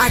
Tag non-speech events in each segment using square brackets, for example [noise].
A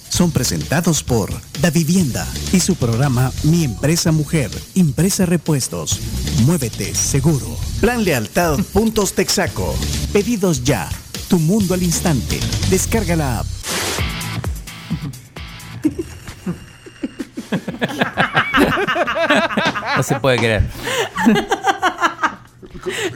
son presentados por Da Vivienda y su programa Mi Empresa Mujer, Impresa Repuestos, Muévete Seguro, Plan Lealtad, [laughs] Puntos Texaco, Pedidos Ya, Tu Mundo al Instante, descarga la app. No Ah, se puede creer.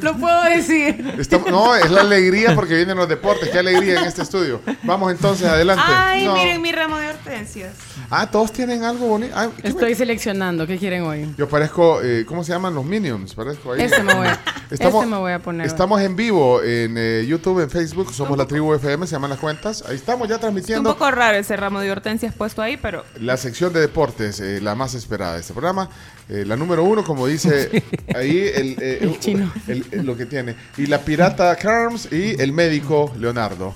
Lo puedo decir. Estamos- no, es la alegría porque vienen los deportes. Qué alegría en este estudio. Vamos entonces, adelante. Ay, No. miren mi ramo de hortensias. Ah, todos tienen algo bonito. Ay, ¿qué me- Estoy seleccionando. ¿Qué quieren hoy? Yo parezco, eh, ¿cómo se llaman los Minions? Parezco ahí. Este me voy [laughs] a- este me voy a poner. Estamos en vivo en eh, YouTube, en Facebook. Somos la tribu FM, se llaman las cuentas. Ahí estamos ya Está un transmitiendo poco raro ese ramo de hortensias puesto ahí, pero la sección de deportes, eh, la más esperada de este programa. Eh, la número uno, como dice ahí el, eh, El chino. el- el- lo que tiene. Y la pirata Carms y el médico Leonardo.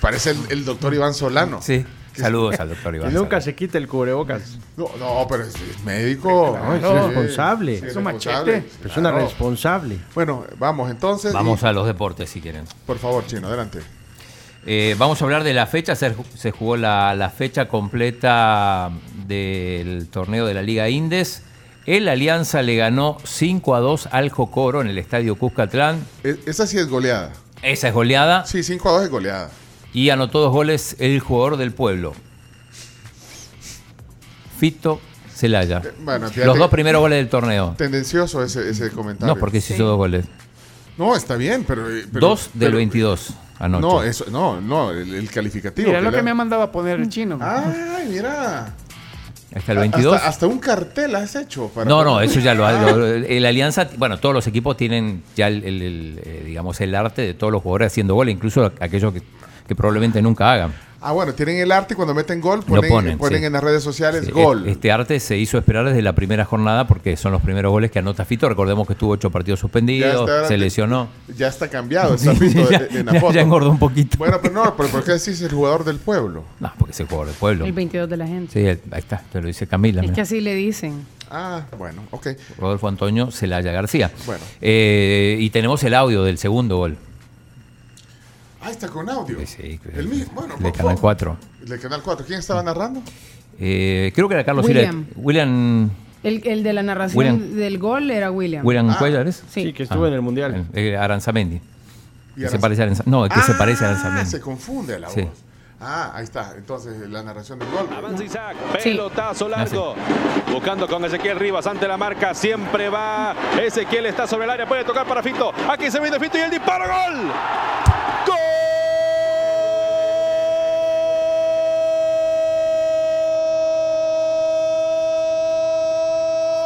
Parece el, el doctor Iván Solano. Sí. Saludos al doctor [laughs] Iván. Y nunca Salazar. se quita el cubrebocas. No, no, pero es, es médico. No, es Sí, responsable. sí, es es un responsable. machete. Persona Claro. responsable. Bueno, vamos entonces. Vamos y- a los deportes si quieren. Por favor, Chino, adelante. Eh, vamos a hablar de la fecha. Se, se jugó la, la fecha completa del torneo de la Liga Indes. El Alianza le ganó 5 a 2 al Jocoro en el estadio Cuscatlán. E- esa sí es goleada. Esa es goleada. Sí, 5 a 2 es goleada. Y anotó dos goles el jugador del pueblo. Fito Celaya. bueno, fíjate los dos que- primeros goles del torneo. Tendencioso ese, ese comentario. No, porque se hizo dos goles. No, está bien, pero. eh, pero- dos del pero- 22 anoche. No, eso, no, no, el, el calificativo. Mira lo le- que me ha mandado a poner el chino. Ah, Ay, mira. Hasta el 22. Hasta, hasta un cartel has hecho. para- No, no, eso ya lo, [laughs] lo- el Alianza, bueno, todos los equipos tienen ya el, el- el, eh, digamos el arte de todos los jugadores haciendo goles, incluso aquellos que, que probablemente nunca hagan. Ah, bueno, tienen el arte y cuando meten gol, ponen, ponen, ponen, sí. en las redes sociales Eh, gol. Este arte se hizo esperar desde la primera jornada porque son los primeros goles que anota Fito. Recordemos que estuvo ocho partidos Ya suspendidos, está ahora se te- lesionó. Ya está [laughs] cambiado, está visto ya, en la ya- foto. ya engordó un poquito. Bueno, pero no, pero ¿por qué decís el jugador del pueblo? No, porque es el jugador del pueblo. El 22 de la gente. Sí, el- ahí está, te lo dice Camila. Es mira. que así le dicen. Ah, bueno, ok. Rodolfo Antonio Celaya García. Bueno. Eh, y tenemos el audio del segundo gol. Pues, Ah, está con audio. Sí, sí, el mismo. Bueno, de por Canal favor. 4. De Canal 4. ¿Quién estaba narrando? Eh, creo que era Carlos William. Siret. William. El, el de la narración William. del gol era William. William Ah. Cuellares. Sí. sí. que estuvo Ah. en el mundial. Eh, Aranzamendi. Y Que se Aranz- parece a Aranz- No, el que se Ah, parece a Aranzamendi. Se confunde la Sí. voz. Ah, ahí está. Entonces, la narración del gol. Avanza Isaac, Eh, Sí. pelotazo largo. Buscando con Ezequiel Rivas ante la marca, siempre va. Ezequiel está sobre el área, puede tocar para Fito. Aquí se viene Fito y el disparo, gol.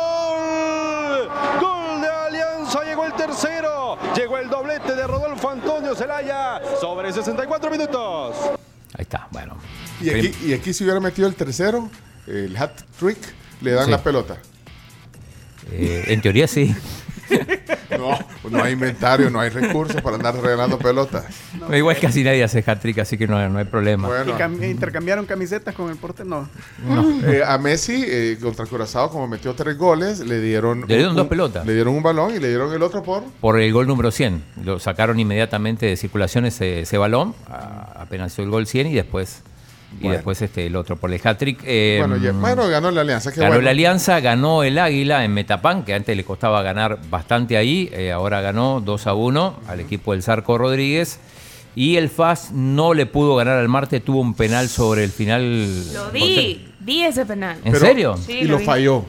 ¡Gol! ¡Gol de Alianza! Llegó el tercero. Llegó el doblete de Rodolfo Antonio Celaya sobre 64 minutos. Ahí está, bueno. Y aquí, y aquí si hubiera metido el tercero, el hat trick, le dan Sí. la pelota. Eh, en teoría sí. No, pues no hay inventario, no hay recursos para andar regalando pelotas. [laughs] Igual casi nadie hace hat-trick, así que no, no hay problema. Bueno, Y cam- intercambiaron camisetas con el portero. No. eh, a Messi eh, contra Curazao, como metió tres goles, le dieron. Le dieron un- dos un- pelotas. Le dieron un balón y le dieron el otro por. Por el gol número 100. Lo sacaron inmediatamente de circulación ese, ese balón. a- apenas hizo el gol 100 y después. Y Bueno. después este, el otro por el hat-trick. Eh, bueno, ya- bueno, ganó la alianza. Qué Ganó bueno. la Alianza, ganó el Águila en Metapán, que antes le costaba ganar bastante ahí, eh, ahora ganó 2 a 1 al equipo del Zarco Rodríguez. Y el FAS no le pudo ganar al Marte, tuvo un penal sobre el final. lo vi. Vi ese penal. ¿En Pero- serio? Sí, y lo lo vi. falló.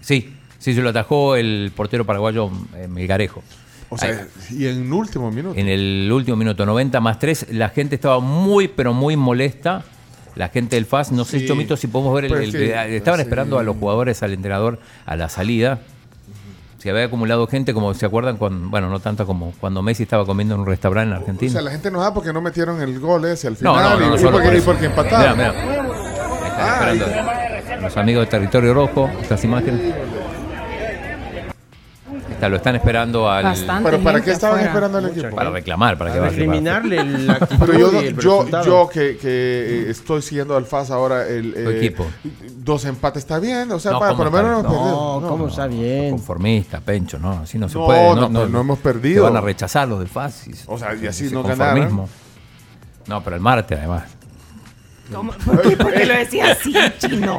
Sí, sí, se lo atajó el portero paraguayo eh, Melgarejo. O sea, Ahí, y en último minuto. en el último minuto, 90 más 3, la gente estaba muy, pero muy molesta. La gente del FAS, no sé, Sí. Chomito, si podemos ver, el- el- Pues sí, estaban sí. esperando a los jugadores, al entrenador, a la salida. Se había acumulado gente, como se acuerdan, con, bueno, no tanto como cuando Messi estaba comiendo en un restaurante en O Argentina. sea, la gente nos da porque no metieron el gol ese al final. no, no, no, y- y, solo porque, por y eso. porque empataron. Mirá, mirá. Ahí están esperando los amigos de Territorio Rojo, estas imágenes. Está- lo están esperando al, Bastante. Pero ¿para gente qué estaban afuera. esperando al equipo? para reclamar, para que baje. Eliminarle la actitud Pero yo, y el yo, resultado. yo que, que, eh, estoy siguiendo al FAS ahora, el eh, Tu equipo. Dos empates está bien, o sea, No, para, ¿cómo por lo menos no está? hemos perdido. No, No. ¿cómo está bien? Conformista, Pencho, no, así no se No, puede. no, pero no hemos te perdido. van a rechazar los de fácil. O sea, y así Ese no conformismo. No, pero el martes además. ¿Cómo? [laughs] ¿Por, qué, por qué lo decía así, [laughs] chino?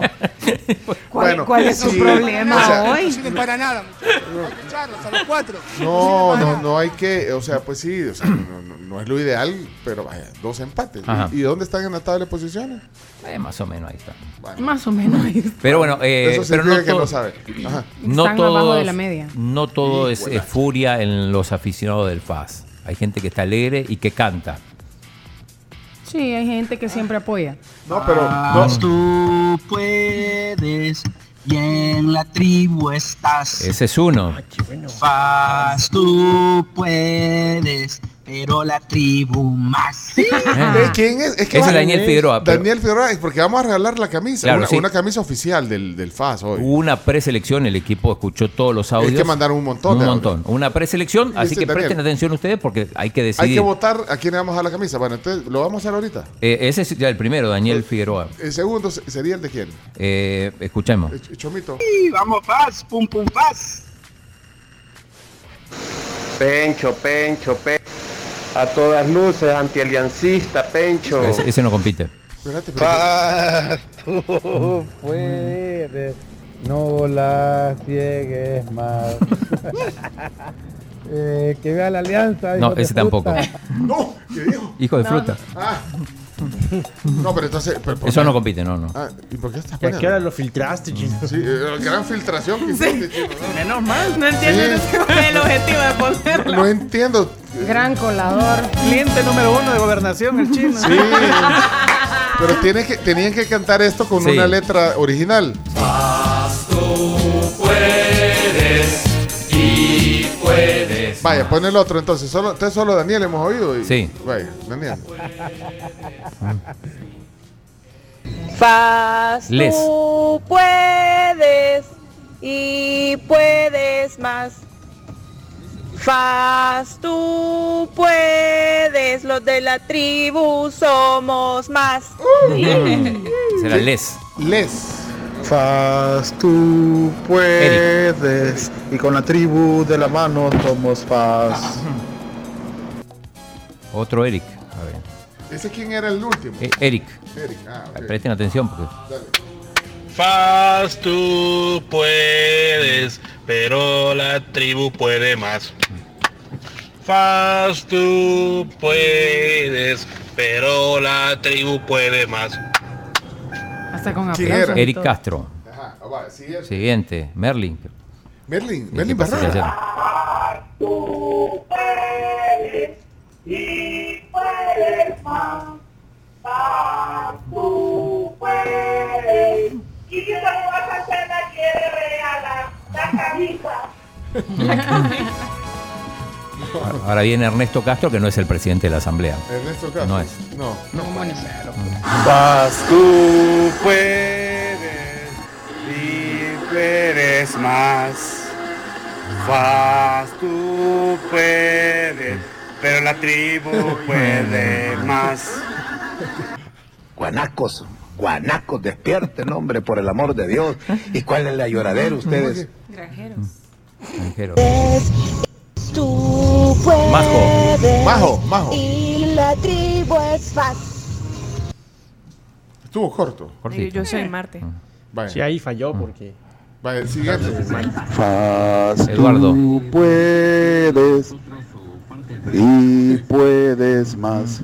¿Cuál, Bueno, cuál es tu sí, problema o sea, hoy? sirven para nada, muchachos. Escucharlos a los cuatro. No, no, no hay que, o sea, pues sí, o sea, no, no- no es lo ideal, pero vaya, dos empates. Ajá. ¿Y, y dónde están en la tabla de posiciones? Eh, más o menos ahí está. Más o menos. ahí está. Pero bueno, eh, Eso pero no, significa que todo- no sabe. Ajá. no Están abajo todo, de la media. no todo es, eh, furia en los aficionados del FAS. Hay gente que está alegre y que canta. Sí, hay gente que siempre apoya. No, pero no, Tú puedes y en la tribu estás. Ese es uno. [laughs] Faz, tú puedes, pero la tribu más. Ah. Ah. ¿De quién es? Es Ese que va- es Daniel Figueroa, pero- Daniel Figueroa, es porque vamos a regalar la camisa. Claro, una, sí. Uh, una camisa oficial del, del FAS hoy. Hubo una preselección, el equipo escuchó todos los audios. que mandaron un montón de Un montón. Una preselección, así Dice que Daniel. presten atención ustedes porque hay que decidir. Hay que votar a quién le vamos a dar la camisa. Bueno, entonces lo vamos a hacer ahorita. Eh, ese es ya el primero, Daniel Figueroa. El segundo se- sería el de quién? Eh, escuchemos. El Ch- Chomito. Vamos, Faz, pum, pum, Faz. Pencho, pencho, pencho. A todas luces, antialiancista, pencho. Ese, ese no compite. Espérate, espérate. puedes, no la ciegues más. que vea la alianza. No, ese tampoco. No, ¿qué dijo? Hijo de fruta. Ah. No, pero entonces. pero ¿por Eso qué? no compite, no, no. Ah, ¿Y por qué estás ¿A qué hora poniendo? lo filtraste, chino? Sí, eh, gran filtración que hiciste, chino. Menos mal. No entiendo el objetivo de No, [laughs] ponerlo. No entiendo. Gran colador. Cliente número uno de gobernación, el chino. Sí. Pero tiene que, tenían que cantar esto con Sí. una letra original. Vaya, pon el otro entonces. Solo, entonces solo Daniel hemos oído. y- Sí. Vaya, Daniel. Faz, Les. tú puedes y puedes más. Faz, tú puedes, los de la tribu somos más. Uh. Será Les. Les. Faz tú Eric. puedes y con la tribu de la mano somos paz. Otro Eric. A ver. ¿Ese quién era el último? Eh, Eric. Eric. Ah, ok. Presten atención porque. Faz tú puedes, pero la tribu puede más. Faz tú puedes, pero la tribu puede más. Hasta con ¿Quién aplausos. era? y Eric todo. Castro. Ajá, ah, va, sigue. Siguiente. Merlin. Merlin, ¿Qué Merlin pasa? Barrera. Ya- ya- [laughs] Ahora viene Ernesto Castro, que no es el presidente de la asamblea. Ernesto Castro. No es. No. Faz tú puedes y puedes más. Faz tú puedes, pero la tribu puede más. Guanacos, guanacos, despierten, hombre, por el amor de Dios. ¿Y cuál es la lloradera ustedes? Extranjero. [laughs] Eh, Tú puedes Majo. Majo, majo. y la tribu es fácil. Estuvo corto. Cortito. Yo soy Marte. Vaya. Sí, ahí falló porque. Vaya, siguiente. Eduardo. Mm. puedes y puedes más.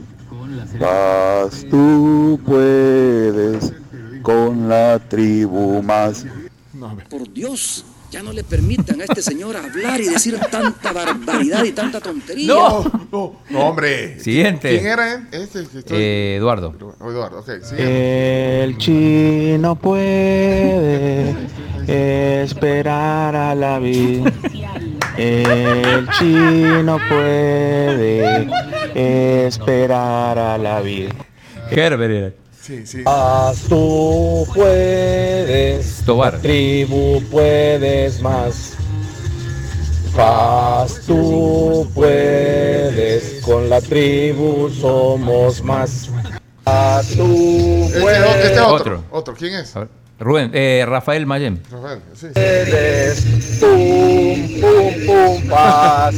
Paz, tú puedes con la tribu más. Por Dios, ya no le permitan a este señor hablar y decir tanta barbaridad y tanta tontería. No, no, no, hombre. Siguiente. ¿Quién era él? este? el que estoy- Eh, Eduardo. Eduardo, ok, siguiente. Eh, El chino puede esperar a la vida. El chino puede esperar a la vida. Gerber era. Sí, sí. ah, tú puedes, Tobar. tribu puedes más. Paz, tú puedes, con la tribu somos más. Paz, tú Este, pues, puedes. este es otro. otro. ¿Quién es? A ver, Rubén, eh, Rafael Mayem. Rafael, sí, sí. Puedes, pum, pum, pum, paz.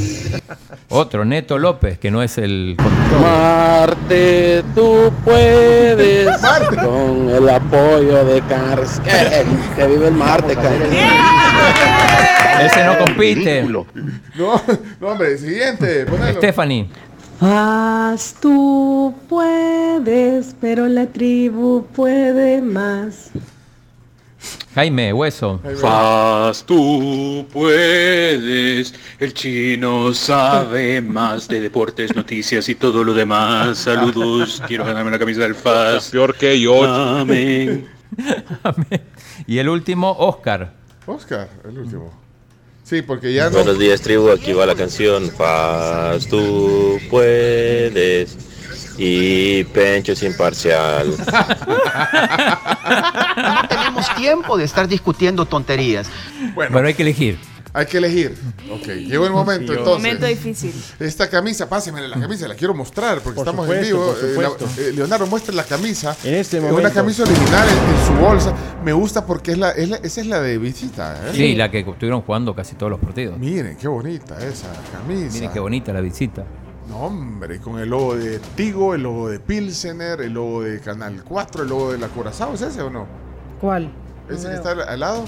Otro, Neto López, que no es el Marte, tú puedes. Con el apoyo de Cars. Eh, Que vive el Marte, Ese no compite. No, [laughs] no, hombre, siguiente. Ponelo. Stephanie. Paz tú puedes, pero la tribu puede más. Jaime [laughs] Hueso. Faz tú puedes, el chino sabe más de deportes, noticias y todo lo demás. Saludos, quiero ganarme la camisa del Faz. Peor que yo. Amén. Y el último, Oscar. Oscar, el último. Sí, porque ya no. Buenos días, tribu. Aquí va la canción. Paz, tú puedes. Y Pencho es imparcial. No tenemos tiempo de estar discutiendo tonterías. Bueno, hay que elegir. Hay que elegir. Ok, llegó el momento Sí, entonces. momento difícil. Esta camisa, pásenme la camisa, la quiero mostrar porque Mm. Por estamos supuesto, por en vivo. Eh, supuesto. la- eh, Leonardo, muestra la camisa. En este Eh, momento. Una camisa original en, en su bolsa. Me gusta porque es la, es la- esa es la de visita. ¿eh? Sí, la que estuvieron jugando casi todos los partidos. Miren, qué bonita esa camisa. Miren qué bonita la visita. No, hombre, con el logo de Tigo, el logo de Pilsener, el logo de Canal 4, el logo de la Curazao, ¿es ese o no? ¿Cuál? ¿Ese que está al- al lado?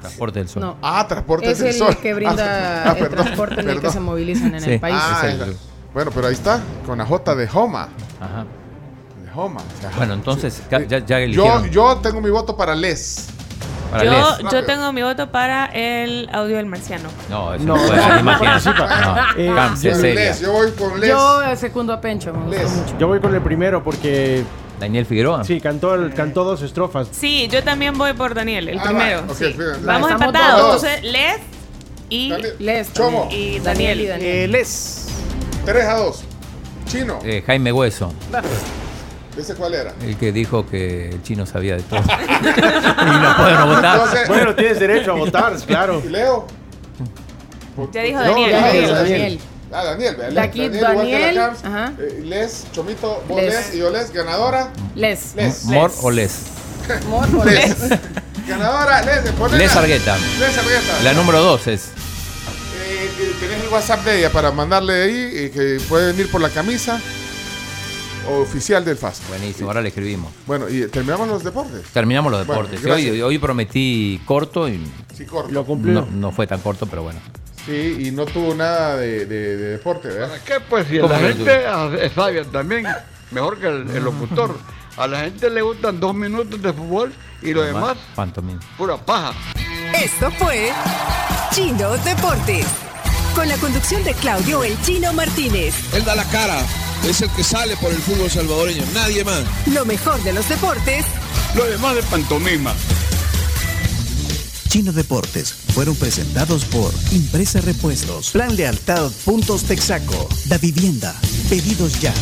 Transporte del Sol. No. Ah, Transporte es del el Sol. que brinda Ah, el perdón, transporte en el que perdón. se movilizan en el país. Ah, Sí, sí, es la- sí. Bueno, pero ahí está, con la J de Homa. Ajá. De Homa. o sea, Bueno, entonces ca- ya, ya yo, eligieron. yo tengo mi voto para Les. Para Les. Yo, yo tengo mi voto para el audio del marciano. No, eso No, no, puede no, ser, no imagínate. participa. No, Eh, Cam, sé yo- seria. Les, yo voy con Ah, Les. Yo eh, secundo a Pencho, me gustó mucho. Yo voy con el primero porque. Daniel Figueroa. Sí, cantó, el- cantó dos estrofas. Sí, yo también voy por Daniel, el Ah, primero. va, ok, sí. fíjate. Vamos Estamos empatados. dos. Entonces, Les y Les Chomo. y Daniel. Eh, les. 3 a 2. Chino. Eh, Jaime Hueso, ¿Ese cuál era? el que dijo que el chino sabía de todo. [laughs] y no pueden votar. Entonces- Bueno, tienes derecho a votar, claro. ¿Y Leo? Ya dijo No, Daniel. Daniel. Daniel, Daniel. Ah, Daniel, vea, De Les, aquí, igual que la Daniel, Cams. Eh, les, Chomito, vos les. Les. y yo les, ganadora. Les. Les. ¿Mor o Les? Les. ganadora, les, ponela. Les Argueta. Les Argueta. La número dos es. Eh, eh, tenés el WhatsApp de ella para mandarle ahí eh, que puede venir por la camisa oficial del FAS. Buenísimo, ahora le escribimos. Bueno, y terminamos los deportes. Terminamos los Bueno, deportes. gracias. hoy, hoy prometí corto y Sí, corto. no, no fue tan corto, pero bueno. Sí, y no tuvo nada de, de- de deporte, ¿verdad? qué? Pues si ¿Cómo la que gente es sabia también, mejor que el, el locutor. A la gente le gustan dos minutos de fútbol y lo demás, Pantomima. pura paja. Esto fue Chino Deportes. Con la conducción de Claudio El Chino Martínez. Él da la cara, es el que sale por el fútbol salvadoreño, nadie más. Lo mejor de los deportes Lo demás de pantomima. Chino Deportes fueron presentados por Impresa Repuestos, Plan Lealtad Puntos Texaco, Da Vivienda, Pedidos Ya